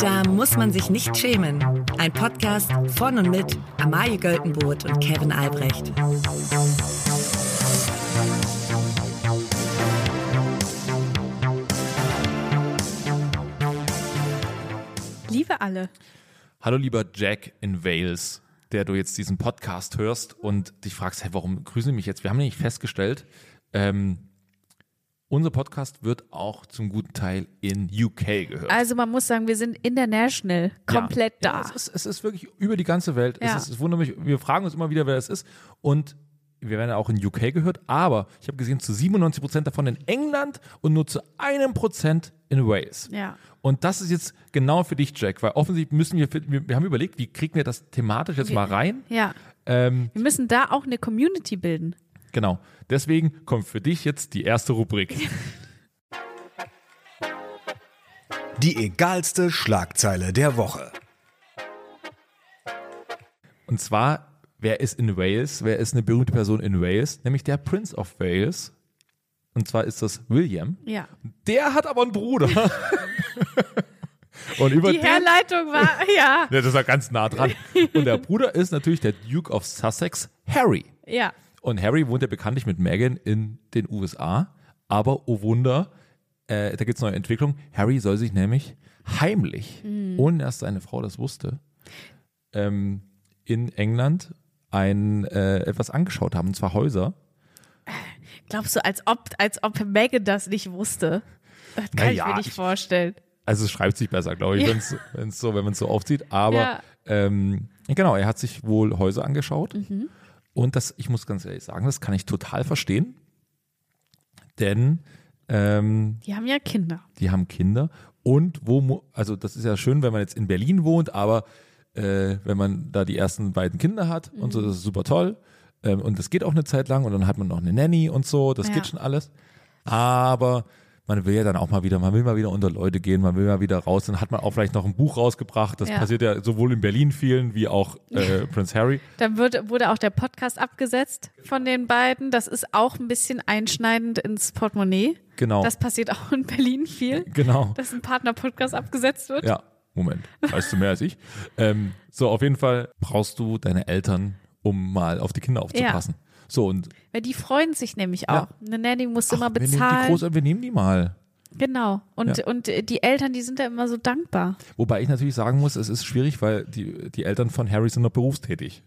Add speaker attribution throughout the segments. Speaker 1: Da muss man sich nicht schämen. Ein Podcast von und mit Amalie Göltenboot und Kevin Albrecht.
Speaker 2: Liebe alle.
Speaker 3: Hallo lieber Jack in Wales, der du jetzt diesen Podcast hörst und dich fragst, hey, warum grüßen die mich jetzt? Wir haben nämlich festgestellt, ähm, unser Podcast wird auch zum guten Teil in UK gehört.
Speaker 2: Also man muss sagen, wir sind international, komplett
Speaker 3: ja.
Speaker 2: da.
Speaker 3: Ja, es, ist, es ist wirklich über die ganze Welt.
Speaker 2: Ja.
Speaker 3: Es, ist, es wundert mich, wir fragen uns immer wieder, wer das ist. Und wir werden ja auch in UK gehört, aber ich habe gesehen, zu 97 Prozent davon in England und nur zu einem Prozent in Wales.
Speaker 2: Ja.
Speaker 3: Und das ist jetzt genau für dich, Jack, weil offensichtlich müssen wir, wir, wir haben überlegt, wie kriegen wir das thematisch jetzt mal rein?
Speaker 2: ja.
Speaker 3: Ähm,
Speaker 2: Wir müssen da auch eine Community bilden.
Speaker 3: genau. Deswegen kommt für dich jetzt die erste Rubrik.
Speaker 4: Die egalste Schlagzeile der Woche.
Speaker 3: Und zwar, wer ist in Wales? Wer ist eine berühmte Person in Wales? Nämlich der Prince of Wales. Und zwar ist das William.
Speaker 2: Ja.
Speaker 3: Der hat aber einen Bruder. Und über
Speaker 2: Die
Speaker 3: den,
Speaker 2: Herleitung war, ja,
Speaker 3: Ja, das ist ja ganz nah dran. Und der Bruder ist natürlich der Duke of Sussex, Harry.
Speaker 2: ja.
Speaker 3: Und Harry wohnt ja bekanntlich mit Meghan in den USA. Aber, oh Wunder, äh, da gibt es neue Entwicklung. Harry soll sich nämlich heimlich,
Speaker 2: Hm.
Speaker 3: ohne dass seine Frau das wusste, ähm, in England ein äh, etwas angeschaut haben, und zwar Häuser.
Speaker 2: Glaubst du, als ob, als ob Megan das nicht wusste? Das kann ich
Speaker 3: Naja,
Speaker 2: mir nicht
Speaker 3: ich-
Speaker 2: vorstellen.
Speaker 3: Also es schreibt sich besser, glaube ich,
Speaker 2: Ja.
Speaker 3: wenn's, wenn's so, wenn man es so aufzieht. Aber
Speaker 2: Ja.
Speaker 3: ähm, genau, er hat sich wohl Häuser angeschaut.
Speaker 2: Mhm.
Speaker 3: Und das, ich muss ganz ehrlich sagen, das kann ich total verstehen. Denn ähm,
Speaker 2: Die haben ja Kinder.
Speaker 3: die haben Kinder. Und wo, mu- also das ist ja schön, wenn man jetzt in Berlin wohnt, aber äh, wenn man da die ersten beiden Kinder hat und
Speaker 2: Mhm.
Speaker 3: so, das ist super toll. Ähm, und das geht auch eine Zeit lang und dann hat man noch eine Nanny und so, das
Speaker 2: Ja.
Speaker 3: geht schon alles. Aber man will ja dann auch mal wieder, man will mal wieder unter Leute gehen, man will mal wieder raus, dann hat man auch vielleicht noch ein Buch rausgebracht. Das
Speaker 2: Ja.
Speaker 3: passiert ja sowohl in Berlin vielen wie auch äh, Prince Harry.
Speaker 2: Dann wird, wurde auch der Podcast abgesetzt von den beiden. Das ist auch ein bisschen einschneidend ins Portemonnaie.
Speaker 3: Genau.
Speaker 2: Das passiert auch in Berlin viel,
Speaker 3: genau.
Speaker 2: dass ein Partner-Podcast abgesetzt wird.
Speaker 3: Ja, Moment. Weißt du mehr als ich? Ähm, so, auf jeden Fall brauchst du deine Eltern, um mal auf die Kinder aufzupassen. So, und
Speaker 2: Weil die freuen sich nämlich
Speaker 3: Ja.
Speaker 2: auch. Eine Nanny musst du immer
Speaker 3: wir, nehmen die
Speaker 2: bezahlen.
Speaker 3: Groß wir nehmen die mal.
Speaker 2: Genau. Und,
Speaker 3: Ja.
Speaker 2: und äh, die Eltern, die sind da immer so dankbar.
Speaker 3: Wobei ich natürlich sagen muss, es ist schwierig, weil die, die Eltern von Harry sind noch berufstätig.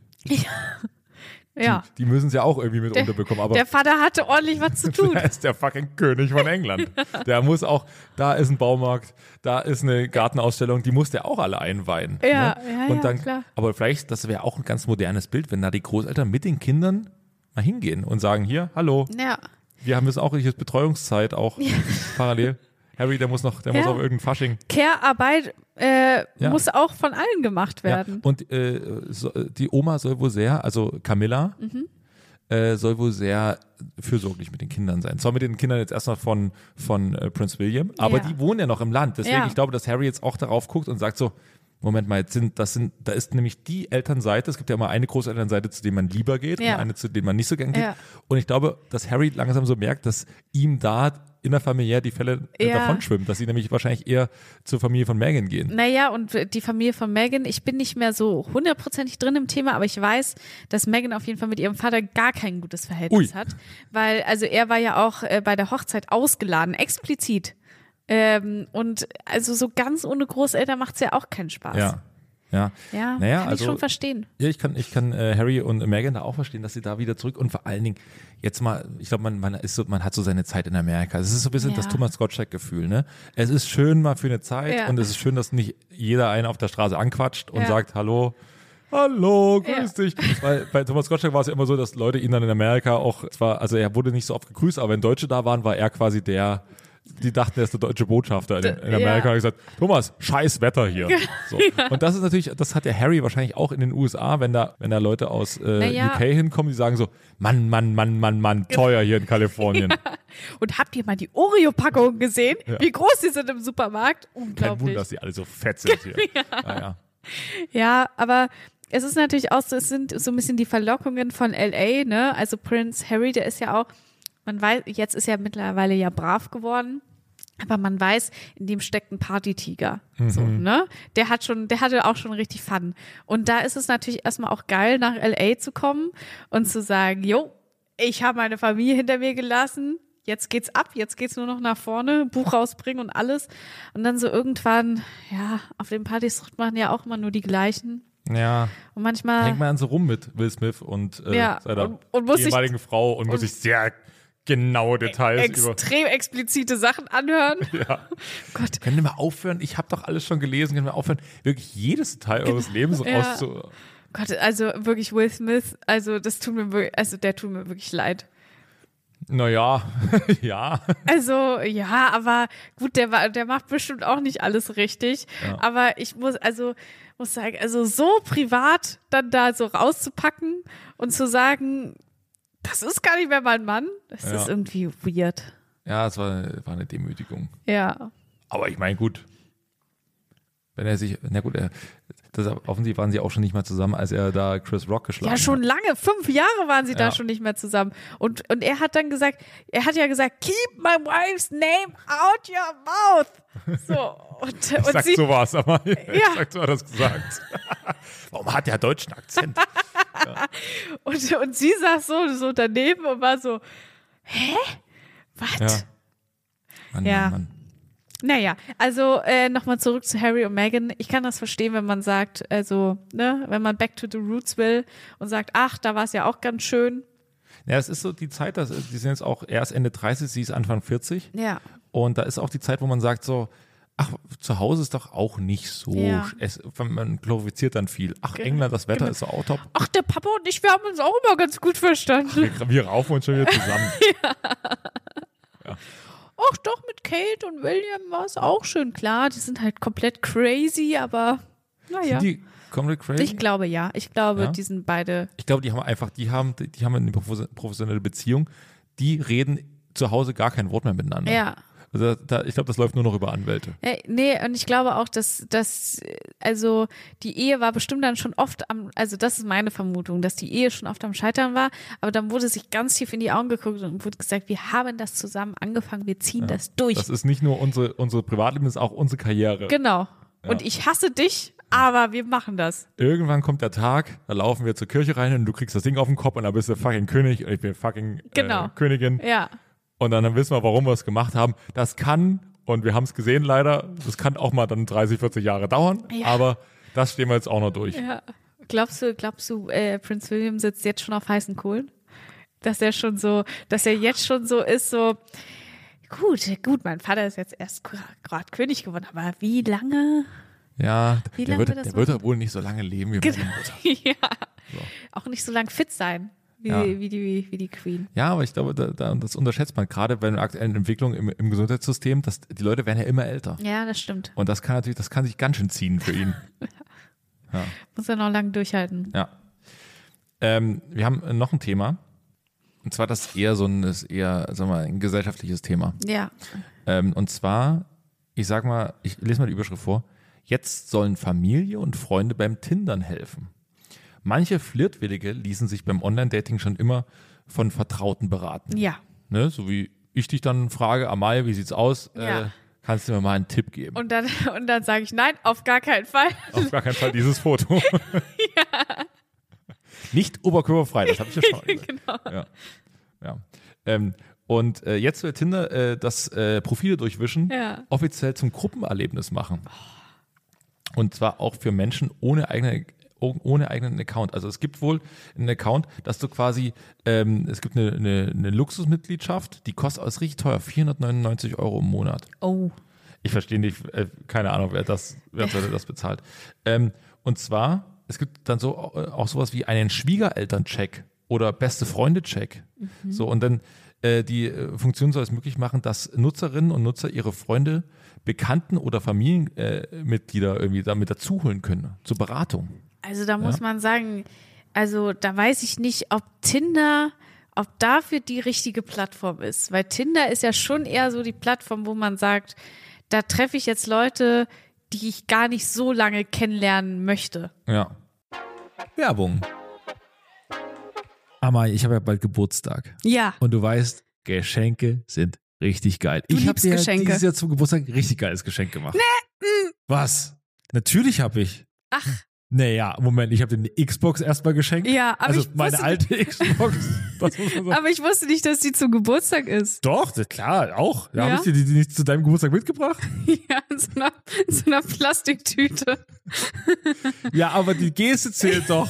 Speaker 2: Ja.
Speaker 3: Die müssen es ja auch irgendwie mit unterbekommen. Aber
Speaker 2: Der Vater hatte ordentlich was zu tun.
Speaker 3: er ist der fucking König von England. Der muss auch, da ist ein Baumarkt, da ist eine Gartenausstellung, die muss der auch alle einweihen.
Speaker 2: Ja,
Speaker 3: ne?
Speaker 2: ja, ja,
Speaker 3: und dann,
Speaker 2: klar.
Speaker 3: Aber vielleicht, das wäre auch ein ganz modernes Bild, wenn da die Großeltern mit den Kindern mal hingehen und sagen, hier, hallo,
Speaker 2: Ja.
Speaker 3: wir haben jetzt auch jetzt Betreuungszeit auch parallel. Harry, der muss noch, der muss
Speaker 2: Ja.
Speaker 3: auf irgendeinen Fasching.
Speaker 2: Care-Arbeit äh,
Speaker 3: Ja.
Speaker 2: muss auch von allen gemacht
Speaker 3: Ja,
Speaker 2: werden.
Speaker 3: und äh, so, die Oma soll wohl sehr, also Camilla,
Speaker 2: Mhm.
Speaker 3: äh, soll wohl sehr fürsorglich mit den Kindern sein. Zwar mit den Kindern jetzt erstmal von, von äh, Prince William, aber
Speaker 2: Ja.
Speaker 3: die wohnen ja noch im Land. Deswegen,
Speaker 2: Ja.
Speaker 3: ich glaube, dass Harry jetzt auch darauf guckt und sagt so, Moment mal, jetzt sind, das sind, da ist nämlich die Elternseite, es gibt ja immer eine Großelternseite, zu dem man lieber geht
Speaker 2: Ja.
Speaker 3: und eine, zu dem man nicht so gern geht.
Speaker 2: Ja.
Speaker 3: Und ich glaube, dass Harry langsam so merkt, dass ihm da innerfamiliär die Fälle äh,
Speaker 2: Ja.
Speaker 3: davon schwimmen, dass sie nämlich wahrscheinlich eher zur Familie von Meghan gehen.
Speaker 2: Naja, und die Familie von Megan, ich bin nicht mehr so hundertprozentig drin im Thema, aber ich weiß, dass Megan auf jeden Fall mit ihrem Vater gar kein gutes Verhältnis
Speaker 3: Ui.
Speaker 2: hat. Weil, also er war ja auch äh, bei der Hochzeit ausgeladen, explizit. Ähm, und also so ganz ohne Großeltern macht's ja auch keinen Spaß.
Speaker 3: Ja. Ja.
Speaker 2: Ja,
Speaker 3: naja,
Speaker 2: kann
Speaker 3: also,
Speaker 2: ich schon verstehen.
Speaker 3: Ja, ich kann, ich kann äh, Harry und Meghan da auch verstehen, dass sie da wieder zurück und vor allen Dingen jetzt mal, ich glaube, man, man ist so, man hat so seine Zeit in Amerika. Es ist so ein bisschen
Speaker 2: Ja.
Speaker 3: das Thomas Gottschalk-Gefühl, ne? Es ist schön mal für eine Zeit
Speaker 2: Ja.
Speaker 3: und es ist schön, dass nicht jeder einen auf der Straße anquatscht und
Speaker 2: Ja.
Speaker 3: sagt, hallo. Hallo, grüß
Speaker 2: Ja.
Speaker 3: dich. Weil bei Thomas Gottschalk war es ja immer so, dass Leute ihn dann in Amerika auch zwar, also er wurde nicht so oft gegrüßt, aber wenn Deutsche da waren, war er quasi der, die dachten, er ist der deutsche Botschafter in, in
Speaker 2: Ja.
Speaker 3: Amerika. Er hat gesagt, Thomas, scheiß Wetter hier. So. Und das ist natürlich, das hat der Harry wahrscheinlich auch in den USA, wenn da, wenn da Leute aus äh,
Speaker 2: Naja.
Speaker 3: UK hinkommen, die sagen so, Mann, Mann, Mann, Mann, Mann,
Speaker 2: Genau.
Speaker 3: teuer hier in Kalifornien.
Speaker 2: Und habt ihr mal die Oreo-Packungen gesehen? Wie groß die sind im Supermarkt?
Speaker 3: Kein Wunder,
Speaker 2: Unglaublich.
Speaker 3: dass die alle so fett sind hier. Ah, Naja.
Speaker 2: Ja, aber es ist natürlich auch so, es sind so ein bisschen die Verlockungen von LA, ne? Also Prince Harry, der ist ja auch, man weiß, jetzt ist er mittlerweile ja brav geworden. Aber man weiß, in dem steckt ein Partytiger. So,
Speaker 3: Mhm.
Speaker 2: ne? Der hat schon, der hatte auch schon richtig Fun. Und da ist es natürlich erstmal auch geil, nach LA zu kommen und zu sagen, jo, ich habe meine Familie hinter mir gelassen. Jetzt geht's ab, jetzt geht's nur noch nach vorne, Buch rausbringen und alles. Und dann so irgendwann, ja, auf den Partys machen ja auch immer nur die gleichen.
Speaker 3: Ja.
Speaker 2: Und manchmal.
Speaker 3: Hängt man an so rum mit Will Smith und äh,
Speaker 2: Ja,
Speaker 3: seiner
Speaker 2: und- und muss sich-
Speaker 3: ehemaligen Frau und muss sich sehr genaue Details über.
Speaker 2: extrem explizite Sachen anhören.
Speaker 3: Ja.
Speaker 2: Gott.
Speaker 3: Können wir mal aufhören? Ich habe doch alles schon gelesen. Können wir aufhören, wirklich jedes Detail eures Lebens
Speaker 2: Genau. Ja.
Speaker 3: auszu.
Speaker 2: Gott, also wirklich Will Smith, also das tut mir wirklich, also der tut mir wirklich leid.
Speaker 3: Naja, ja.
Speaker 2: Also ja, aber gut, der war, der macht bestimmt auch nicht alles richtig. Aber ich muss, also muss sagen, also so privat dann da so rauszupacken und zu sagen, das ist gar nicht mehr mein Mann, das
Speaker 3: Ja.
Speaker 2: ist irgendwie weird.
Speaker 3: Ja, es war, war eine Demütigung.
Speaker 2: Ja,
Speaker 3: Aber ich meine, gut. Wenn er sich, na gut, er, das, offensichtlich waren sie auch schon nicht mal zusammen, als er da Chris Rock geschlagen
Speaker 2: ja schon
Speaker 3: hat.
Speaker 2: lange, fünf Jahre waren sie
Speaker 3: Ja.
Speaker 2: da schon nicht mehr zusammen. Und und er hat dann gesagt, er hat ja gesagt, keep my wife's name out your mouth. So und, und
Speaker 3: Exakt
Speaker 2: sie,
Speaker 3: so war es, aber ja.
Speaker 2: exakt
Speaker 3: so hat er es gesagt. Warum hat der deutschen Akzent?
Speaker 2: Und, und sie saß so, so daneben und war so, hä?
Speaker 3: Ja.
Speaker 2: Was?
Speaker 3: Mann,
Speaker 2: Ja.
Speaker 3: Mann, Mann.
Speaker 2: Naja, also äh, nochmal zurück zu Harry und Meghan. Ich kann das verstehen, wenn man sagt, also, ne, wenn man back to the roots will und sagt, ach, da war es ja auch ganz schön.
Speaker 3: Ja, es ist so die Zeit, dass, die sind jetzt auch erst Ende 30, sie ist Anfang 40.
Speaker 2: Ja.
Speaker 3: Und da ist auch die Zeit, wo man sagt so, ach, zu Hause ist doch auch nicht so,
Speaker 2: Ja.
Speaker 3: es, man glorifiziert dann viel. Ach,
Speaker 2: Ge-
Speaker 3: England, das Wetter
Speaker 2: genau.
Speaker 3: ist so auch top.
Speaker 2: Ach, der Papa und ich, wir haben uns auch immer ganz gut verstanden.
Speaker 3: Wir, wir raufen uns schon wieder zusammen.
Speaker 2: Ach doch, mit Kate und William war es auch schön. Klar, die sind halt komplett crazy, aber naja.
Speaker 3: Sind die komplett crazy?
Speaker 2: Ich glaube ja. Ich glaube,
Speaker 3: Ja?
Speaker 2: die sind beide
Speaker 3: Ich glaube, die haben einfach, die haben, die haben eine profes- professionelle Beziehung. Die reden zu Hause gar kein Wort mehr miteinander.
Speaker 2: Ja.
Speaker 3: Also da, ich glaube, das läuft nur noch über Anwälte.
Speaker 2: Ja, Äh, Nee, und ich glaube auch, dass, dass äh, also die Ehe war bestimmt dann schon oft am, also das ist meine Vermutung, dass die Ehe schon oft am Scheitern war, aber dann wurde sich ganz tief in die Augen geguckt und wurde gesagt, wir haben das zusammen angefangen, wir ziehen das durch.
Speaker 3: Das ist nicht nur unsere, unsere Privatleben, das ist auch unsere Karriere.
Speaker 2: genau. Und ich hasse dich, aber wir machen das.
Speaker 3: Irgendwann kommt der Tag, da laufen wir zur Kirche rein und du kriegst das Ding auf den Kopf und dann bist du fucking König und ich bin fucking äh,
Speaker 2: Genau.
Speaker 3: Königin.
Speaker 2: Ja.
Speaker 3: Und dann wissen wir, warum wir es gemacht haben. Das kann, und wir haben es gesehen leider, das kann auch mal dann 30, 40 Jahre dauern,
Speaker 2: Ja.
Speaker 3: aber das stehen wir jetzt auch noch durch.
Speaker 2: ja. Glaubst du, glaubst du, äh, Prinz William sitzt jetzt schon auf heißen Kohlen? Dass er schon so, dass er jetzt schon so ist, so. Gut, gut, mein Vater ist jetzt erst gerade König geworden, aber wie lange
Speaker 3: Ja,
Speaker 2: Wie
Speaker 3: der
Speaker 2: lange
Speaker 3: wird,
Speaker 2: wird das Genau.
Speaker 3: der wird ja wohl nicht so lange leben wie meine Mutter.
Speaker 2: ja. Auch nicht so lang fit sein wie,
Speaker 3: Ja.
Speaker 2: wie, die, wie die Queen.
Speaker 3: Ja, aber ich glaube, da, da, das unterschätzt man gerade bei der aktuellen Entwicklung im, im Gesundheitssystem, dass die Leute werden ja immer älter.
Speaker 2: Ja, das stimmt.
Speaker 3: Und das kann natürlich, das kann sich ganz schön ziehen für ihn.
Speaker 2: Muss er noch lange durchhalten.
Speaker 3: Ja. Ähm, wir haben äh, noch ein Thema. Und zwar das ist eher so ein, ist eher, sag mal, ein gesellschaftliches Thema.
Speaker 2: Ja.
Speaker 3: Ähm, und zwar, ich sag mal, ich lese mal die Überschrift vor. Jetzt sollen Familie und Freunde beim Tindern helfen. Manche Flirtwillige ließen sich beim Online-Dating schon immer von Vertrauten beraten.
Speaker 2: Ja.
Speaker 3: ne, so wie ich dich dann frage, Amalia, wie sieht's aus? Äh,
Speaker 2: Ja.
Speaker 3: kannst du mir mal einen Tipp geben?
Speaker 2: Und dann, und dann sage ich, nein, auf gar keinen Fall.
Speaker 3: Auf gar keinen Fall dieses Foto. Nicht oberkörperfrei, das habe ich ja schon mal gesagt.
Speaker 2: Genau.
Speaker 3: Ja. ja. Ähm, und äh, jetzt will Tinder äh, das äh, Profile durchwischen,
Speaker 2: Ja.
Speaker 3: offiziell zum Gruppenerlebnis machen. Und zwar auch für Menschen ohne eigene ohne eigenen Account. Also es gibt wohl einen Account, dass du quasi, ähm, es gibt eine, eine, eine Luxusmitgliedschaft, die kostet ist richtig teuer, 499 Euro im Monat.
Speaker 2: Oh.
Speaker 3: Ich verstehe nicht, äh, keine Ahnung, wer das, wer wer das bezahlt. Ähm, und zwar, es gibt dann so äh, auch sowas wie einen Schwiegereltern-Check oder beste Freunde-Check. So, und dann äh, die äh, Funktion soll es möglich machen, dass Nutzerinnen und Nutzer ihre Freunde, Bekannten oder Familienmitglieder äh, Mitglieder irgendwie damit dazuholen können zur Beratung.
Speaker 2: Also da muss man sagen, also da weiß ich nicht, ob Tinder, ob dafür die richtige Plattform ist. Weil Tinder ist ja schon eher so die Plattform, wo man sagt, da treffe ich jetzt Leute, die ich gar nicht so lange kennenlernen möchte.
Speaker 3: Ja. Werbung. Amai, ich habe ja bald Geburtstag.
Speaker 2: Ja.
Speaker 3: Und du weißt, Geschenke sind Richtig geil.
Speaker 5: Du
Speaker 3: ich habe
Speaker 5: liebst
Speaker 3: dir
Speaker 5: Geschenke. mm.
Speaker 3: dieses Jahr zum Geburtstag ein richtig geiles Geschenk gemacht. Was? Natürlich habe ich.
Speaker 5: Ach.
Speaker 3: Naja, Moment, ich habe dir eine Xbox erstmal geschenkt.
Speaker 5: Ja, aber
Speaker 3: also
Speaker 5: ich
Speaker 3: meine
Speaker 5: wusste-
Speaker 3: alte Xbox. Das muss man sagen.
Speaker 5: Aber ich wusste nicht, dass die zum Geburtstag ist.
Speaker 3: Doch, das- klar, auch. Da
Speaker 5: Ja.
Speaker 3: habe ich dir die die nicht zu deinem Geburtstag mitgebracht.
Speaker 5: Ja, in so einer, in so einer Plastiktüte.
Speaker 3: Ja, aber die Geste zählt doch.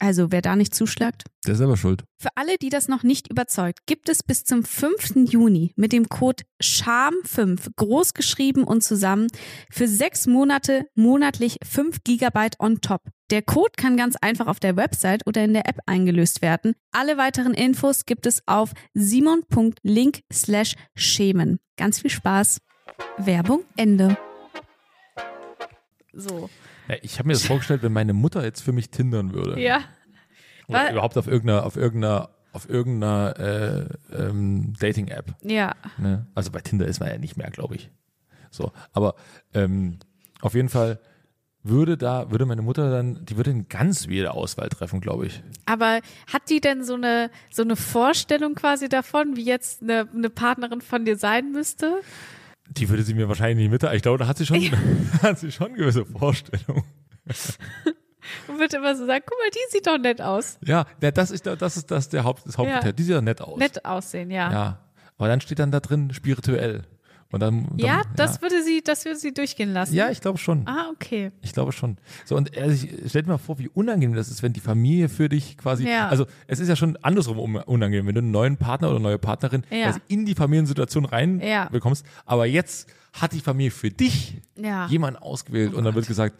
Speaker 5: Also, wer da nicht zuschlägt.
Speaker 3: Der ist selber schuld.
Speaker 5: Für alle, die das noch nicht überzeugt, gibt es bis zum 5. Juni mit dem Code SCHAM5 groß geschrieben und zusammen für sechs Monate monatlich 5 Gigabyte on top. Der Code kann ganz einfach auf der Website oder in der App eingelöst werden. Alle weiteren Infos gibt es auf simon.link slash schämen. Ganz viel Spaß. Werbung Ende. So.
Speaker 3: Ja, ich habe mir das vorgestellt, wenn meine Mutter jetzt für mich tindern würde.
Speaker 5: Ja.
Speaker 3: Oder
Speaker 5: Weil-
Speaker 3: überhaupt auf irgendeiner, auf irgendeiner, auf irgendeiner äh, ähm, Dating-App.
Speaker 5: Ja.
Speaker 3: Ne? Also bei Tinder ist man ja nicht mehr, glaube ich. So, aber ähm, auf jeden Fall würde da, würde meine Mutter dann, die würde eine ganz wilde Auswahl treffen, glaube ich.
Speaker 5: Aber hat die denn so eine, so eine Vorstellung quasi davon, wie jetzt eine, eine Partnerin von dir sein müsste?
Speaker 3: Die würde sie mir wahrscheinlich nicht mitteilen. Ich glaube, da hat sie schon, hat sie schon gewisse Vorstellungen.
Speaker 5: Und wird immer so sagen, guck mal, die sieht doch nett aus.
Speaker 3: Ja, na, das ist, das ist das ist der Haupt, das Hauptkriterium. Die sieht ja nett aus.
Speaker 5: Nett aussehen, ja. Ja,
Speaker 3: Ja. Aber dann steht dann da drin spirituell. Und dann, dann
Speaker 5: das würde sie, das würde sie durchgehen lassen.
Speaker 3: ja, ich glaube schon.
Speaker 5: Ah, okay.
Speaker 3: Ich glaube schon. So, und ehrlich, stell dir mal vor, wie unangenehm das ist, wenn die Familie für dich quasi.
Speaker 5: Ja.
Speaker 3: Also, es ist ja schon andersrum um- unangenehm, wenn du einen neuen Partner oder eine neue Partnerin
Speaker 5: Ja.
Speaker 3: quasi in die Familiensituation rein
Speaker 5: Ja.
Speaker 3: bekommst. Aber jetzt hat die Familie für dich
Speaker 5: Ja.
Speaker 3: jemanden ausgewählt
Speaker 5: Oh
Speaker 3: und dann wird gesagt,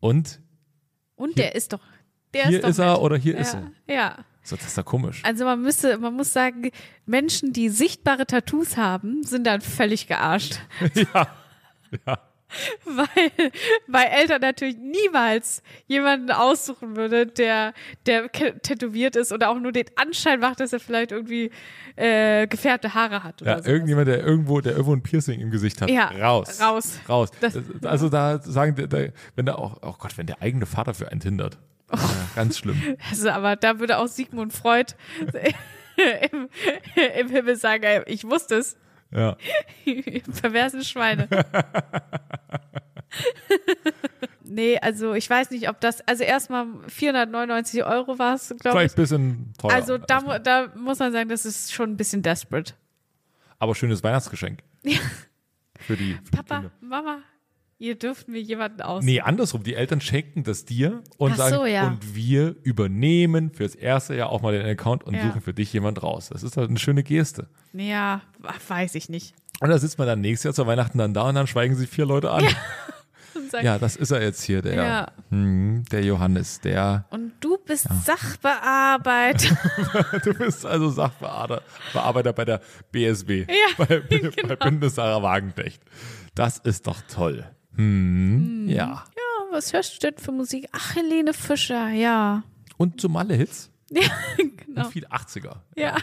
Speaker 3: und
Speaker 5: Und der ist doch, der
Speaker 3: hier
Speaker 5: ist doch
Speaker 3: ist, er
Speaker 5: nett.
Speaker 3: oder hier
Speaker 5: ja.
Speaker 3: ist er.
Speaker 5: Ja.
Speaker 3: So, das ist ja komisch.
Speaker 5: Also man müsste, man muss sagen, Menschen, die sichtbare Tattoos haben, sind dann völlig gearscht.
Speaker 3: ja.
Speaker 5: weil, weil Eltern natürlich niemals jemanden aussuchen würde, der, der ke- tätowiert ist oder auch nur den Anschein macht, dass er vielleicht irgendwie äh, gefärbte Haare hat oder
Speaker 3: Ja,
Speaker 5: so.
Speaker 3: irgendjemand, der irgendwo, der irgendwo ein Piercing im Gesicht hat,
Speaker 5: Ja,
Speaker 3: raus.
Speaker 5: raus.
Speaker 3: Raus.
Speaker 5: Das-
Speaker 3: Das- also da sagen, da- da- wenn da auch, oh Gott, wenn der eigene Vater für einen hindert.
Speaker 5: Oh.
Speaker 3: Ja, ganz schlimm.
Speaker 5: Also, aber da würde auch Sigmund Freud im, im Himmel sagen, ey, ich wusste es,
Speaker 3: Ja.
Speaker 5: Ihr perversen Schweine. nee, also ich weiß nicht, ob das, also erstmal 499 Euro war es, glaube ich.
Speaker 3: Vielleicht ein bisschen teuer.
Speaker 5: Also da, mu- da muss man sagen, das ist schon ein bisschen desperate.
Speaker 3: Aber schönes Weihnachtsgeschenk. Für die. Für die
Speaker 5: Papa,
Speaker 3: Kinder.
Speaker 5: Mama, ihr dürft mir jemanden aus.
Speaker 3: Nee, andersrum. Die Eltern schenken das dir und
Speaker 5: Ach
Speaker 3: sagen,
Speaker 5: so, ja.
Speaker 3: und wir übernehmen fürs erste Jahr auch mal den Account und
Speaker 5: Ja.
Speaker 3: suchen für dich jemand raus. Das ist halt eine schöne Geste.
Speaker 5: Ja, ach, weiß ich nicht.
Speaker 3: Und da sitzt man dann nächstes Jahr zu Weihnachten dann da und dann schweigen sie vier Leute an. Ja,
Speaker 5: Und, sag,
Speaker 3: das ist er jetzt hier, der,
Speaker 5: Ja.
Speaker 3: hm, der Johannes, der.
Speaker 5: und du bist Sachbearbeiter.
Speaker 3: Du bist also Sachbearbeiter Bearbeiter bei der BSB, bei,
Speaker 5: genau.
Speaker 3: bei Bündnis Sarah Wagenknecht. Das ist doch toll. Hm, Ja.
Speaker 5: Ja, was hörst du denn für Musik? Ach, Helene Fischer, ja.
Speaker 3: Und zu Malle-Hits.
Speaker 5: Ja,
Speaker 3: Und
Speaker 5: genau.
Speaker 3: viel 80er.
Speaker 5: Ja.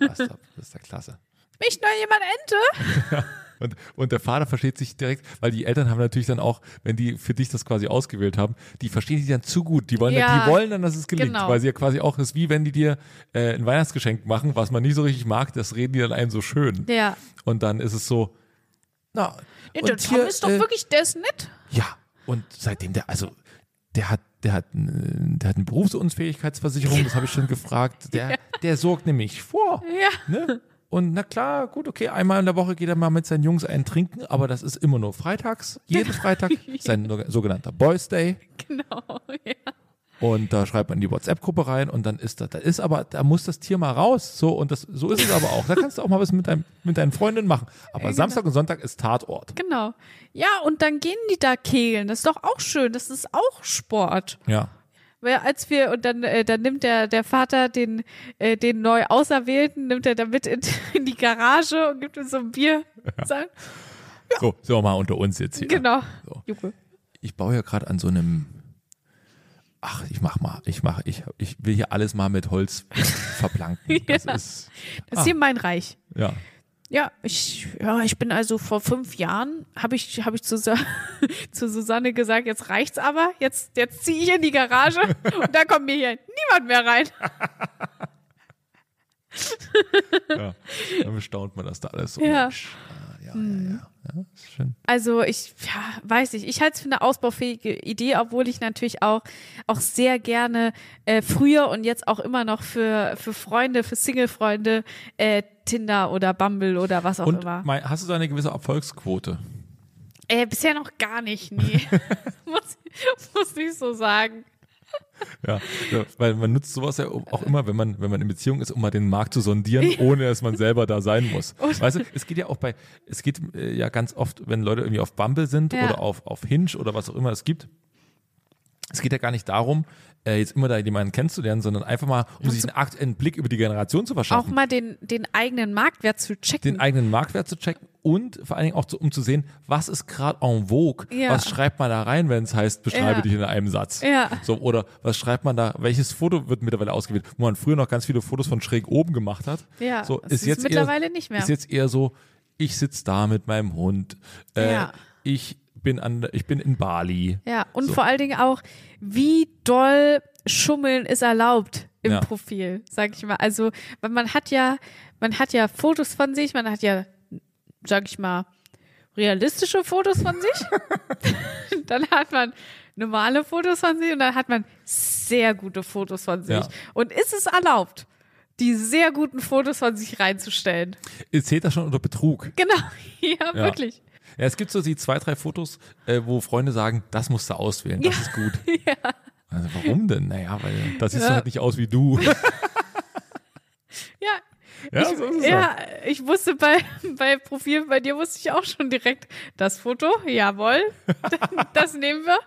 Speaker 3: Das ist, doch- das ist ja klasse.
Speaker 5: Mich nur jemand Ente?
Speaker 3: Und, und der Vater versteht sich direkt, weil die Eltern haben natürlich dann auch, wenn die für dich das quasi ausgewählt haben, die verstehen dich dann zu gut. Die wollen,
Speaker 5: Ja.
Speaker 3: dann, die wollen dann, dass es gelingt,
Speaker 5: Genau.
Speaker 3: weil sie ja quasi auch ist, wie wenn die dir äh, ein Weihnachtsgeschenk machen, was man nicht so richtig mag, das reden die dann einem so schön.
Speaker 5: Ja.
Speaker 3: Und dann ist es so, na,
Speaker 5: Ja,
Speaker 3: und
Speaker 5: der Tom
Speaker 3: hier,
Speaker 5: ist doch
Speaker 3: äh,
Speaker 5: wirklich, der ist nett.
Speaker 3: Ja, und seitdem der, also der hat, der hat, äh, der hat eine Berufsunfähigkeitsversicherung, das habe ich schon gefragt. Der, der sorgt nämlich vor.
Speaker 5: Ja.
Speaker 3: Ne? Und na klar, gut, okay, einmal in der Woche geht er mal mit seinen Jungs einen trinken, aber das ist immer nur freitags, jeden Freitag, sein sogenannter Boys Day.
Speaker 5: Genau, ja.
Speaker 3: Und da schreibt man in die WhatsApp-Gruppe rein und dann ist das, da ist aber, da muss das Tier mal raus. So, und das, so ist es aber auch. Da kannst du auch mal was mit, deinem, mit deinen Freundinnen machen. Aber Samstag und Sonntag ist Tatort.
Speaker 5: Genau. Ja, und dann gehen die da kehlen. Das ist doch auch schön. Das ist auch Sport.
Speaker 3: Ja.
Speaker 5: Weil als wir, und dann, äh, dann nimmt der, der Vater den, äh, den neu Auserwählten, nimmt er da mit in, in die Garage und gibt uns so ein Bier. Sagt,
Speaker 3: So, sind wir mal unter uns jetzt hier.
Speaker 5: Genau.
Speaker 3: So.
Speaker 5: Juppe.
Speaker 3: Ich baue ja gerade an so einem. Ach, ich mach mal, ich mach, ich, ich will hier alles mal mit Holz verplanken. Das
Speaker 5: Ja.
Speaker 3: ist,
Speaker 5: Das
Speaker 3: Ah.
Speaker 5: ist hier mein Reich.
Speaker 3: ja.
Speaker 5: Ja, ich, ja, ich bin also vor fünf Jahren, habe ich, hab ich zu, Sa- zu Susanne gesagt, jetzt reicht's aber, jetzt, jetzt ziehe ich in die Garage und da kommt mir hier niemand mehr rein.
Speaker 3: ja. Dann bestaunt man das da alles so.
Speaker 5: Ja.
Speaker 3: Mensch, ah, ja, ja, ja, ja. Ist schön.
Speaker 5: Also ich ja, weiß nicht, ich halte es für eine ausbaufähige Idee, obwohl ich natürlich auch, auch sehr gerne äh, früher und jetzt auch immer noch für, für Freunde, für Single-Freunde äh, Tinder oder Bumble oder was auch
Speaker 3: Und
Speaker 5: immer.
Speaker 3: mein, hast du da eine gewisse Erfolgsquote?
Speaker 5: Äh, bisher noch gar nicht, nee. muss, muss ich so sagen.
Speaker 3: Ja, ja, weil man nutzt sowas ja auch immer, wenn man, wenn man in Beziehung ist, um mal den Markt zu sondieren, ohne dass man selber da sein muss. Weißt du, es geht ja auch bei, es geht äh, ja ganz oft, wenn Leute irgendwie auf Bumble sind
Speaker 5: Ja.
Speaker 3: oder auf, auf Hinge oder was auch immer es gibt. Es geht ja gar nicht darum, äh, jetzt immer da jemanden kennenzulernen, sondern einfach mal, um sich einen aktuellen Blick über die Generation zu
Speaker 5: Auch
Speaker 3: verschaffen,
Speaker 5: mal den, den eigenen Marktwert zu checken.
Speaker 3: den eigenen Marktwert zu checken und vor allen Dingen auch zu, um zu sehen, was ist gerade en vogue,
Speaker 5: Ja.
Speaker 3: was schreibt man da rein, wenn es heißt, beschreibe
Speaker 5: Ja.
Speaker 3: dich in einem Satz.
Speaker 5: Ja.
Speaker 3: So, oder was schreibt man da, welches Foto wird mittlerweile ausgewählt, wo man früher noch ganz viele Fotos von schräg oben gemacht hat.
Speaker 5: Ja,
Speaker 3: so,
Speaker 5: das
Speaker 3: ist,
Speaker 5: ist
Speaker 3: jetzt
Speaker 5: mittlerweile
Speaker 3: eher,
Speaker 5: nicht mehr.
Speaker 3: Ist jetzt eher so, ich sitze da mit meinem Hund, äh,
Speaker 5: Ja.
Speaker 3: ich, bin an, ich bin in Bali.
Speaker 5: ja, und
Speaker 3: so.
Speaker 5: vor allen Dingen auch, wie doll Schummeln ist erlaubt im
Speaker 3: Ja.
Speaker 5: Profil, sag ich mal. Also, weil man hat ja, man hat ja Fotos von sich, man hat ja, sag ich mal, realistische Fotos von sich. dann hat man normale Fotos von sich und dann hat man sehr gute Fotos von sich.
Speaker 3: Ja.
Speaker 5: Und ist es erlaubt, die sehr guten Fotos von sich reinzustellen?
Speaker 3: Zählt das schon unter Betrug?
Speaker 5: Genau, ja. wirklich.
Speaker 3: Ja, es gibt so die zwei, drei Fotos, äh, wo Freunde sagen, das musst du auswählen, das ist gut. Also warum denn? Naja, weil das sieht
Speaker 5: Ja.
Speaker 3: so halt nicht aus wie du.
Speaker 5: Ja.
Speaker 3: Ja,
Speaker 5: ich,
Speaker 3: so ist es halt.
Speaker 5: ja, ich wusste bei, bei Profilen bei dir wusste ich auch schon direkt das Foto, jawohl, das nehmen wir,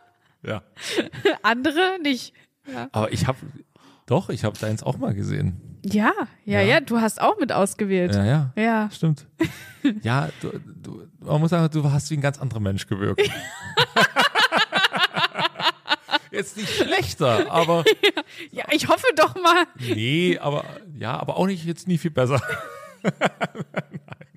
Speaker 3: ja.
Speaker 5: andere nicht.
Speaker 3: Aber ich habe, doch, ich habe deins auch mal gesehen.
Speaker 5: Ja, ja, ja, du hast auch mit ausgewählt.
Speaker 3: Ja, ja.
Speaker 5: Ja.
Speaker 3: Stimmt. Ja, du, du, man muss sagen, du hast wie ein ganz anderer Mensch gewirkt. Jetzt nicht schlechter, aber
Speaker 5: Ja, ich hoffe doch mal.
Speaker 3: nee, aber ja, aber auch nicht jetzt nie viel besser. Nein.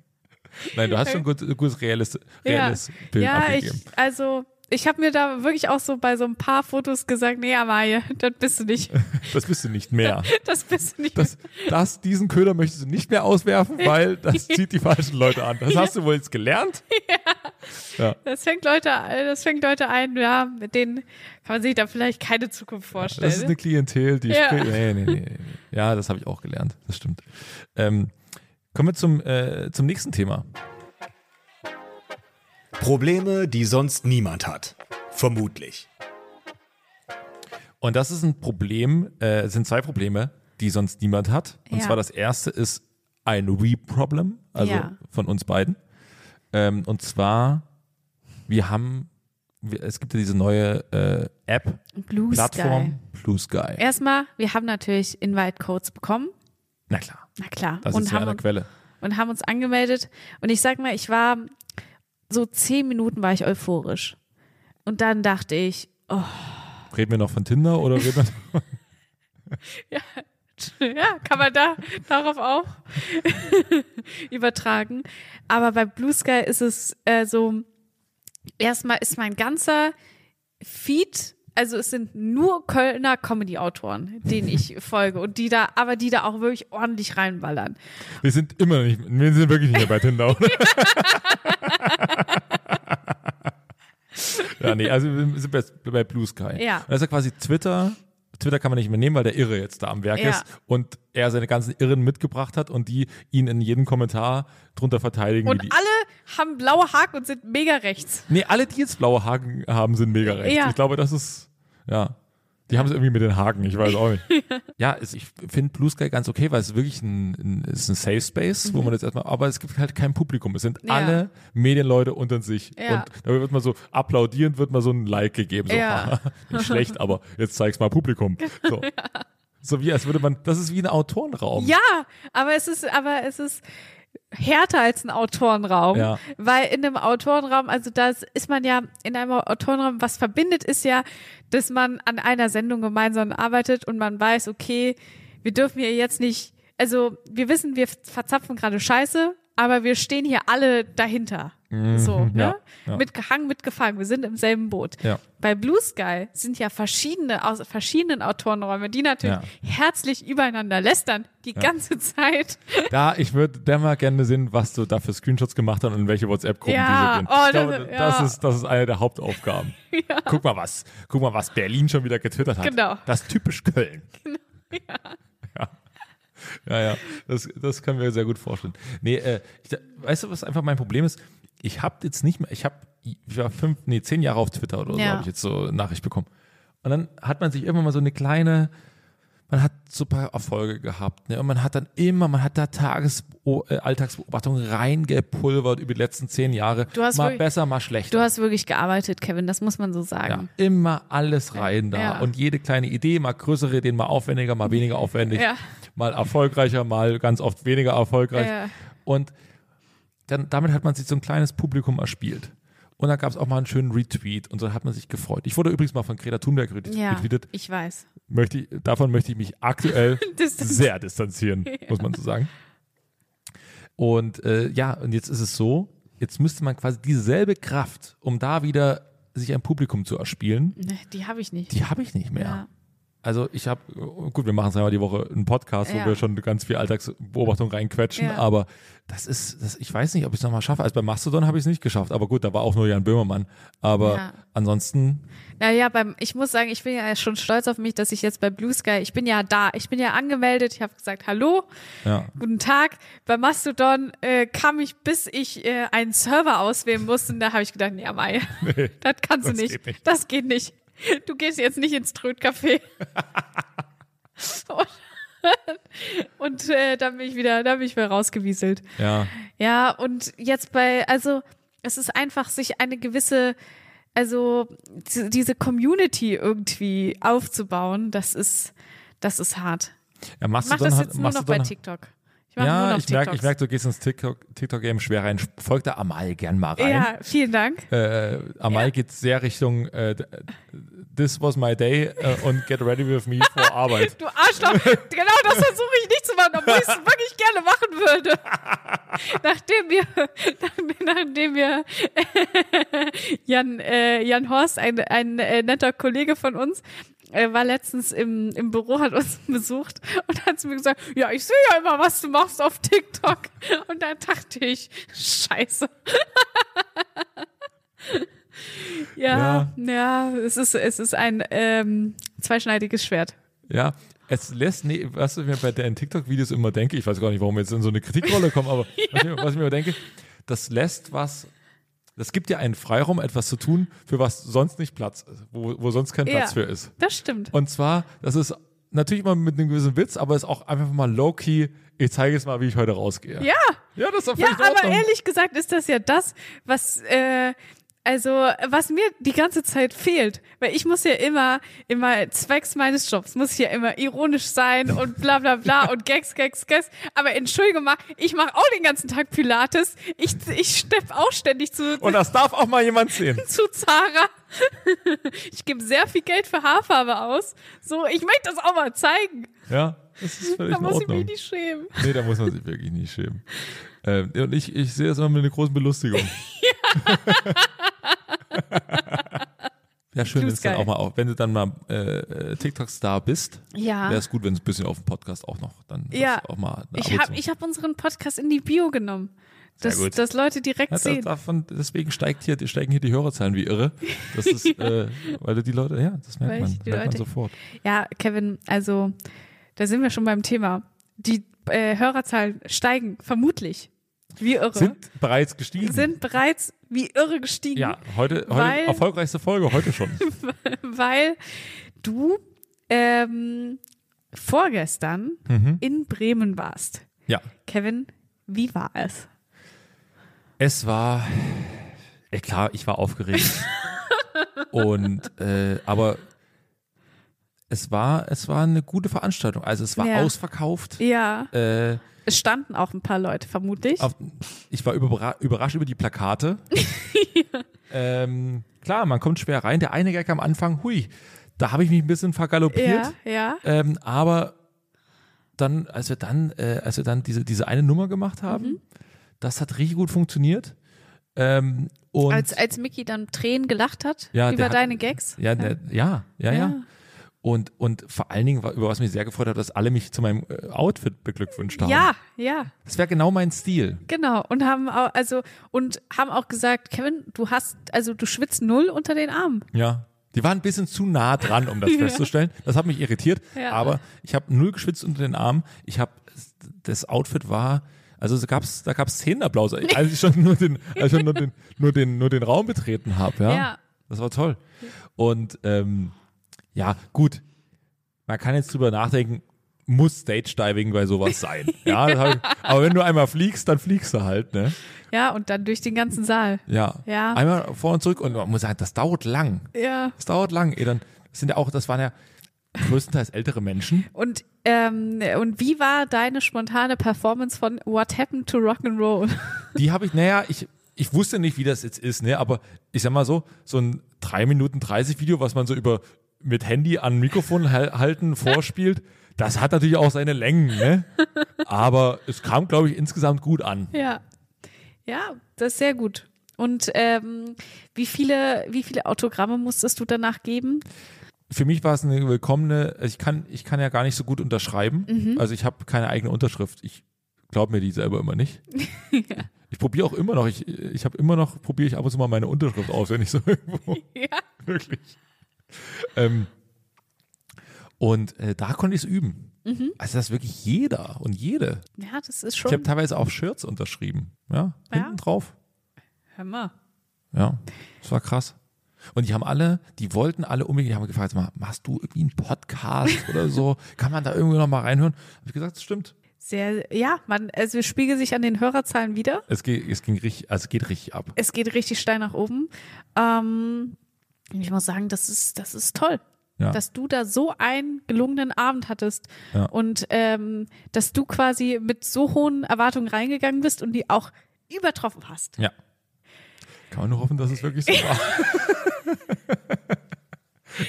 Speaker 3: Nein, du hast schon ein gut, gutes reelles, reelles Bild
Speaker 5: ja, ich,
Speaker 3: abgegeben.
Speaker 5: also, ich habe mir da wirklich auch so bei so ein paar Fotos gesagt, nee, Amalie, das bist du nicht.
Speaker 3: das bist du nicht mehr.
Speaker 5: Das bist du nicht.
Speaker 3: Das, das, diesen Köder möchtest du nicht mehr auswerfen, weil das zieht die falschen Leute an. Das hast du wohl jetzt gelernt.
Speaker 5: Das fängt Leute, das fängt Leute ein, ja, mit denen kann man sich da vielleicht keine Zukunft vorstellen.
Speaker 3: Das ist eine Klientel, die
Speaker 5: Ja.
Speaker 3: ja. Nee, nee, nee, nee. nee. Ja, das habe ich auch gelernt. Das stimmt. Ähm, kommen wir zum, äh, zum nächsten Thema.
Speaker 4: Probleme, die sonst niemand hat. Vermutlich.
Speaker 3: Und das ist ein Problem, äh, es sind zwei Probleme, die sonst niemand hat. Und
Speaker 5: Ja.
Speaker 3: zwar das erste ist ein We-Problem, also
Speaker 5: Ja.
Speaker 3: von uns beiden. Ähm, und zwar, wir haben, wir, es gibt ja diese neue äh, App,
Speaker 5: Blue
Speaker 3: Plattform, Blue Sky.
Speaker 5: Erstmal, wir haben natürlich Invite-Codes bekommen.
Speaker 3: Na klar,
Speaker 5: Na klar.
Speaker 3: das ist
Speaker 5: und,
Speaker 3: ja eine
Speaker 5: haben,
Speaker 3: Quelle.
Speaker 5: und haben uns angemeldet. Und ich sag mal, ich war so zehn Minuten war ich euphorisch. Und dann dachte ich, oh,
Speaker 3: Reden wir noch von Tinder oder reden wir
Speaker 5: ja, kann man da darauf auch übertragen. Aber bei Blue Sky ist es äh, so, erstmal ist mein ganzer Feed, also es sind nur Kölner Comedy-Autoren, denen ich folge und die da, aber die da auch wirklich ordentlich reinballern.
Speaker 3: Wir sind immer noch nicht, wir sind wirklich nicht mehr bei Tinder. Oder? ja, nee, also wir sind bei, bei Blue Sky.
Speaker 5: Ja.
Speaker 3: Und das ist ja quasi Twitter. Twitter kann man nicht mehr nehmen, weil der Irre jetzt da am Werk
Speaker 5: Ja.
Speaker 3: ist und er seine ganzen Irren mitgebracht hat und die ihn in jedem Kommentar drunter verteidigen.
Speaker 5: Und
Speaker 3: wie die,
Speaker 5: alle haben blaue Haken und sind mega rechts.
Speaker 3: nee, alle, die jetzt blaue Haken haben, sind mega rechts.
Speaker 5: Ja.
Speaker 3: Ich glaube, das ist, ja. Die haben es irgendwie mit den Haken, ich weiß auch nicht. ja, es, ich finde Blue Sky ganz okay, weil es wirklich ein, ein, es ist ein Safe Space, wo man jetzt erstmal, aber es gibt halt kein Publikum. Es sind
Speaker 5: Mhm. Ja.
Speaker 3: alle Medienleute unter sich.
Speaker 5: Ja.
Speaker 3: Und da wird man so applaudierend, wird man so ein Like gegeben. So, "Ah,
Speaker 5: Ja.
Speaker 3: nicht schlecht, aber jetzt zeig's mal Publikum. So. so wie als würde man, das ist wie ein Autorenraum.
Speaker 5: Ja, aber es ist, aber es ist härter als ein Autorenraum,
Speaker 3: Ja.
Speaker 5: weil in einem Autorenraum, also das ist man ja in einem Autorenraum, was verbindet ist ja, dass man an einer Sendung gemeinsam arbeitet und man weiß, okay, wir dürfen hier jetzt nicht, also wir wissen, wir verzapfen gerade Scheiße, aber wir stehen hier alle dahinter. So, ne?
Speaker 3: Mhm. ja, ja.
Speaker 5: Mitgehangen, mitgefangen. Wir sind im selben Boot.
Speaker 3: Ja.
Speaker 5: Bei Blue Sky sind ja verschiedene aus verschiedenen Autorenräume, die natürlich
Speaker 3: Ja.
Speaker 5: herzlich übereinander lästern die ganze Zeit.
Speaker 3: Da, ich würde da mal gerne sehen, was du da für Screenshots gemacht hast und in welche WhatsApp-Gruppen die so
Speaker 5: Ja,
Speaker 3: gehen.
Speaker 5: oh,
Speaker 3: ich glaube,
Speaker 5: das-
Speaker 3: das,
Speaker 5: ja.
Speaker 3: ist, das ist eine der Hauptaufgaben. Guck mal, was, guck mal, was Berlin schon wieder getwittert hat.
Speaker 5: Genau.
Speaker 3: Das ist typisch Köln. ja. ja. Ja, Das, das können wir sehr gut vorstellen. Nee, äh, ich, da- weißt du, was einfach mein Problem ist? Ich habe jetzt nicht mehr, ich habe, ich war fünf, nee, zehn Jahre auf Twitter oder so,
Speaker 5: Ja.
Speaker 3: habe ich jetzt so eine Nachricht bekommen. Und dann hat man sich irgendwann mal so eine kleine, man hat super Erfolge gehabt. Ne? Und man hat dann immer, man hat da Tages äh, Alltagsbeobachtung reingepulvert über die letzten zehn Jahre.
Speaker 5: Du hast
Speaker 3: mal
Speaker 5: wirklich-
Speaker 3: besser, mal schlechter.
Speaker 5: Du hast wirklich gearbeitet, Kevin, das muss man so
Speaker 3: ja,
Speaker 5: sagen.
Speaker 3: immer alles rein da.
Speaker 5: Ja.
Speaker 3: Und jede kleine Idee, mal größere Ideen, mal aufwendiger, mal weniger aufwendig.
Speaker 5: Ja.
Speaker 3: Mal erfolgreicher, mal ganz oft weniger erfolgreich.
Speaker 5: Ja.
Speaker 3: Und dann, damit hat man sich so ein kleines Publikum erspielt. Und dann gab es auch mal einen schönen Retweet und so hat man sich gefreut. Ich wurde übrigens mal von Greta Thunberg retweet-
Speaker 5: Ja,
Speaker 3: retweetet
Speaker 5: ich weiß.
Speaker 3: möchte ich, davon möchte ich mich aktuell
Speaker 5: Distanzieren.
Speaker 3: sehr distanzieren, muss man so sagen. Und äh, ja, und jetzt ist es so, jetzt müsste man quasi dieselbe Kraft, um da wieder sich ein Publikum zu erspielen,
Speaker 5: Ne, Die habe ich nicht.
Speaker 3: die habe ich nicht mehr.
Speaker 5: Ja.
Speaker 3: Also ich habe, gut, wir machen es einmal die Woche einen Podcast,
Speaker 5: Ja.
Speaker 3: wo wir schon ganz viel Alltagsbeobachtung reinquetschen,
Speaker 5: Ja.
Speaker 3: aber das ist, das, ich weiß nicht, ob ich es nochmal schaffe. Also bei Mastodon habe ich es nicht geschafft, aber gut, da war auch nur Jan Böhmermann. Aber
Speaker 5: Ja.
Speaker 3: ansonsten,
Speaker 5: Naja, beim, ich muss sagen, ich bin ja schon stolz auf mich, dass ich jetzt bei Blue Sky, ich bin ja da, ich bin ja angemeldet, ich habe gesagt, hallo,
Speaker 3: ja.
Speaker 5: guten Tag. Bei Mastodon äh, kam ich, bis ich äh, einen Server auswählen musste und da habe ich gedacht, nee, Mai, das kannst
Speaker 3: das
Speaker 5: du nicht.
Speaker 3: geht nicht.
Speaker 5: Das geht nicht. Du gehst jetzt nicht ins Trödcafé. und und äh, dann bin ich wieder, da bin ich wieder rausgewieselt.
Speaker 3: Ja.
Speaker 5: Ja, und jetzt bei, also es ist einfach sich eine gewisse, also z- diese Community irgendwie aufzubauen, das ist, das ist hart.
Speaker 3: ja
Speaker 5: Ich mach
Speaker 3: Mastodon
Speaker 5: das
Speaker 3: hat,
Speaker 5: jetzt nur noch bei
Speaker 3: Mastodon-
Speaker 5: TikTok. Ich mach nur
Speaker 3: ja,
Speaker 5: noch
Speaker 3: ich merke, ich
Speaker 5: TikToks.
Speaker 3: merk, du gehst ins TikTok- TikTok-Game schwer rein. Folgt da Amal gern mal rein.
Speaker 5: Ja, vielen Dank.
Speaker 3: Äh, Amal geht sehr Richtung äh, d- This was my day äh, und Get ready with me vor Arbeit.
Speaker 5: Du Arschloch, genau das versuche ich nicht zu machen, obwohl ich es wirklich gerne machen würde. Nachdem wir, nach, nachdem wir Jan, äh, Jan Horst, ein, ein äh, netter Kollege von uns, äh, war letztens im, im Büro, hat uns besucht und hat zu mir gesagt, ja, ich sehe ja immer, was du machst auf TikTok. Und dann dachte ich, scheiße. ja, ja, es ist, es ist ein ähm, zweischneidiges Schwert.
Speaker 3: Ja, es lässt, nee, was ich mir bei den TikTok-Videos immer denke, ich weiß gar nicht, warum wir jetzt in so eine Kritikrolle kommen, aber was, ich, mir- was ich mir immer denke, das lässt was, das gibt ja einen Freiraum, etwas zu tun, für was sonst nicht Platz ist, wo, wo sonst kein
Speaker 5: Ja.
Speaker 3: Platz für ist.
Speaker 5: Das stimmt.
Speaker 3: Und zwar, das ist natürlich immer mit einem gewissen Witz, aber ist auch einfach mal low-key, ich zeige jetzt mal, wie ich heute rausgehe.
Speaker 5: Ja,
Speaker 3: Ja, das ist doch
Speaker 5: ja,
Speaker 3: völlig in
Speaker 5: aber
Speaker 3: Ordnung.
Speaker 5: ehrlich gesagt ist das ja das, was äh, also was mir die ganze Zeit fehlt, weil ich muss ja immer immer zwecks meines Jobs muss ich ja immer ironisch sein und bla bla bla und Gags Gags Gags. Aber entschuldige mal, ich mache auch den ganzen Tag Pilates. Ich ich stepp auch ständig zu
Speaker 3: Und das darf auch mal jemand sehen.
Speaker 5: zu Zara. ich gebe sehr viel Geld für Haarfarbe aus. So, ich möchte das auch mal zeigen.
Speaker 3: Ja, das ist völlig
Speaker 5: Da
Speaker 3: in
Speaker 5: muss ich
Speaker 3: Ordnung.
Speaker 5: mich nicht schämen.
Speaker 3: Nee, da muss man sich wirklich nicht schämen. Ähm, und ich, ich sehe das immer mit einer großen Belustigung. Ja, schön,
Speaker 5: Blue
Speaker 3: wenn es dann
Speaker 5: Sky.
Speaker 3: auch mal auf, wenn du dann mal äh, äh, TikTok-Star bist,
Speaker 5: Ja.
Speaker 3: wäre es gut, wenn es ein bisschen auf dem Podcast auch noch dann das
Speaker 5: Ah. Ja.
Speaker 3: auch mal. ein
Speaker 5: Ich
Speaker 3: Abo
Speaker 5: habe
Speaker 3: zu-
Speaker 5: ich hab unseren Podcast in die Bio genommen. Dass,
Speaker 3: gut.
Speaker 5: dass Leute direkt
Speaker 3: ja, das,
Speaker 5: sehen.
Speaker 3: davon, deswegen steigt hier, die- steigen hier die Hörerzahlen wie irre. Das ist, äh, weil du die Leute, ja, das merkt
Speaker 5: Weil
Speaker 3: man,
Speaker 5: ich die
Speaker 3: merkt man
Speaker 5: Leute-
Speaker 3: sofort.
Speaker 5: Ja, Kevin, also da sind wir schon beim Thema. Die äh, Hörerzahlen steigen vermutlich wie irre.
Speaker 3: Sind bereits gestiegen.
Speaker 5: sind bereits wie irre gestiegen,
Speaker 3: ja, heute, heute
Speaker 5: Weil-
Speaker 3: erfolgreichste Folge, heute schon.
Speaker 5: weil du ähm, vorgestern
Speaker 3: Mhm.
Speaker 5: in Bremen warst.
Speaker 3: Ja,
Speaker 5: Kevin, wie war es?
Speaker 3: es war, äh, klar, ich war aufgeregt. Und, äh, aber es war, es war eine gute Veranstaltung. Also es war
Speaker 5: Ja.
Speaker 3: ausverkauft.
Speaker 5: Ja,
Speaker 3: Äh,
Speaker 5: es standen auch ein paar Leute, vermutlich.
Speaker 3: auf, ich war überra überrascht über die Plakate. ähm, klar, man kommt schwer rein. Der eine Gag am Anfang, hui, da habe ich mich ein bisschen vergaloppiert.
Speaker 5: ja, ja.
Speaker 3: Ähm, aber dann, als wir dann, äh, als wir dann diese, diese eine Nummer gemacht haben,
Speaker 5: Mhm.
Speaker 3: das hat richtig gut funktioniert. Ähm, und
Speaker 5: Als, als Mickey dann Tränen gelacht hat
Speaker 3: Ja,
Speaker 5: über
Speaker 3: der hat-
Speaker 5: deine Gags.
Speaker 3: ja, der, ja, ja, ja, Und, und vor allen Dingen, wa- über was mich sehr gefreut hat, dass alle mich zu meinem äh, Outfit beglückwünscht haben.
Speaker 5: Ja, ja,
Speaker 3: Das wäre genau mein Stil.
Speaker 5: genau. Und haben auch, also, und haben auch gesagt, Kevin, du hast, also du schwitzt null unter den Armen.
Speaker 3: Ja. Die waren ein bisschen zu nah dran, um das festzustellen. Das hat mich irritiert.
Speaker 5: Ja.
Speaker 3: Aber ich habe null geschwitzt unter den Armen. Ich habe das Outfit war also es gab's, da gab es Szenenapplaus, als ich schon nur den, als ich schon nur den, nur den, nur den Raum betreten habe. Ja?
Speaker 5: Ja.
Speaker 3: Das war toll. Und ähm, ja, gut. Man kann jetzt drüber nachdenken, muss Stage Diving bei sowas sein. Ja, das hab ich, aber wenn du einmal fliegst, dann fliegst du halt, ne?
Speaker 5: Ja, und dann durch den ganzen Saal.
Speaker 3: Ja.
Speaker 5: Ja.
Speaker 3: Einmal vor und zurück und man muss sagen, das dauert lang.
Speaker 5: Ja.
Speaker 3: Das dauert lang. Ey, dann sind ja auch, das waren ja größtenteils ältere Menschen.
Speaker 5: Und, ähm, und wie war deine spontane Performance von What Happened to Rock'n'Roll?
Speaker 3: Die habe ich, naja, ich, ich wusste nicht, wie das jetzt ist, ne? Aber ich sag mal so, so ein 3 Minuten 30 Video, was man so über mit Handy an Mikrofon hal- halten vorspielt, das hat natürlich auch seine Längen, ne? Aber es kam, glaube ich, insgesamt gut an.
Speaker 5: Ja. Ja, das ist sehr gut. Und ähm, wie, viele, wie viele Autogramme musstest du danach geben?
Speaker 3: Für mich war es eine willkommene, also ich kann, ich kann ja gar nicht so gut unterschreiben.
Speaker 5: Mhm.
Speaker 3: Also ich habe keine eigene Unterschrift. Ich glaube mir die selber immer nicht. Ich probiere auch immer noch, ich, ich habe immer noch, probiere ich ab und zu mal meine Unterschrift aus, wenn ich so irgendwo
Speaker 5: Ja.
Speaker 3: wirklich. Ähm, und äh, da konnte ich es üben. Also das wirklich jeder und jede.
Speaker 5: Ja, das ist
Speaker 3: Ich habe
Speaker 5: Mhm. schon.
Speaker 3: teilweise auch Shirts unterschrieben. Ja,
Speaker 5: Ja.
Speaker 3: hinten drauf.
Speaker 5: Hör mal.
Speaker 3: Ja, das war krass. Und die haben alle, die wollten alle unbedingt, die haben gefragt, sag mal, machst du irgendwie einen Podcast oder so? Kann man da irgendwie noch mal reinhören? Habe ich gesagt, das stimmt.
Speaker 5: Sehr, ja, man, also es spiegelt sich an den Hörerzahlen wieder.
Speaker 3: Es geht, es ging richtig, also es geht richtig ab.
Speaker 5: Es geht richtig steil nach oben. Ähm, ich muss sagen, das ist, das ist toll.
Speaker 3: Ja.
Speaker 5: Dass du da so einen gelungenen Abend hattest
Speaker 3: Ja.
Speaker 5: und ähm, dass du quasi mit so hohen Erwartungen reingegangen bist und die auch übertroffen hast.
Speaker 3: Ja. Kann man nur hoffen, dass es wirklich so war.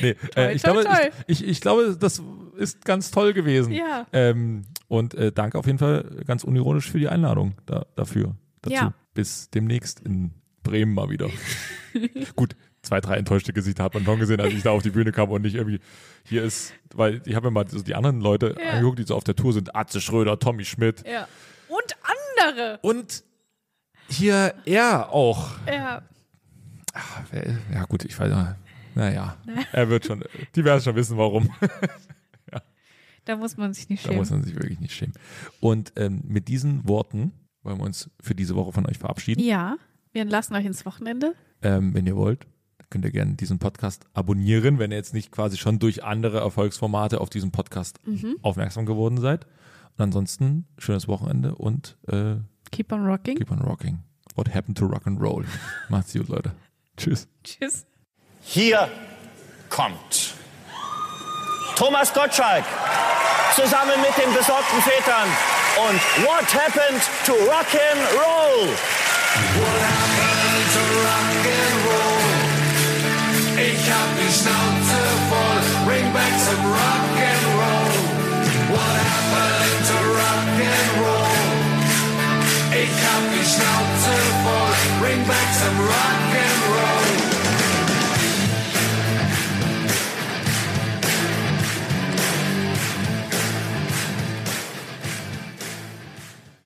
Speaker 3: nee, äh, ich,
Speaker 5: toi,
Speaker 3: glaube,
Speaker 5: toi.
Speaker 3: Ich, ich, ich glaube, das ist ganz toll gewesen.
Speaker 5: Ja.
Speaker 3: Ähm, und äh, danke auf jeden Fall ganz unironisch für die Einladung da, dafür. Dazu.
Speaker 5: Ja.
Speaker 3: Bis demnächst in Bremen mal wieder. Gut, zwei, drei enttäuschte Gesichter hat man schon gesehen, als ich da auf die Bühne kam und nicht irgendwie hier ist, weil ich habe mir mal so die anderen Leute
Speaker 5: Ja.
Speaker 3: angeguckt, die so auf der Tour sind. Atze Schröder, Tommy Schmidt.
Speaker 5: Ja. Und andere.
Speaker 3: Und hier er auch.
Speaker 5: Ja.
Speaker 3: Wer- Ja, gut, ich weiß. Naja, er wird schon, die werden schon wissen, warum.
Speaker 5: Da muss man sich nicht
Speaker 3: Da muss
Speaker 5: schämen.
Speaker 3: man sich wirklich nicht schämen. Und ähm, mit diesen Worten wollen wir uns für diese Woche von euch verabschieden.
Speaker 5: Ja, wir lassen euch ins Wochenende.
Speaker 3: Ähm, wenn ihr wollt, könnt ihr gerne diesen Podcast abonnieren, wenn ihr jetzt nicht quasi schon durch andere Erfolgsformate auf diesen Podcast aufmerksam geworden seid. Und ansonsten schönes Wochenende und äh,
Speaker 5: Keep on rocking.
Speaker 3: keep on rocking. What happened to rock and roll? Macht's gut, Leute. Tschüss.
Speaker 5: Tschüss.
Speaker 6: Hier kommt Thomas Gottschalk zusammen mit den besorgten Vätern und What Happened to Rock'n'Roll?
Speaker 7: What happened to rock and roll? Ich hab die Schnauze voll. Bring back some rock and roll. What happened to rock and roll? Ich hab die Schnauze voll. Bring back some rock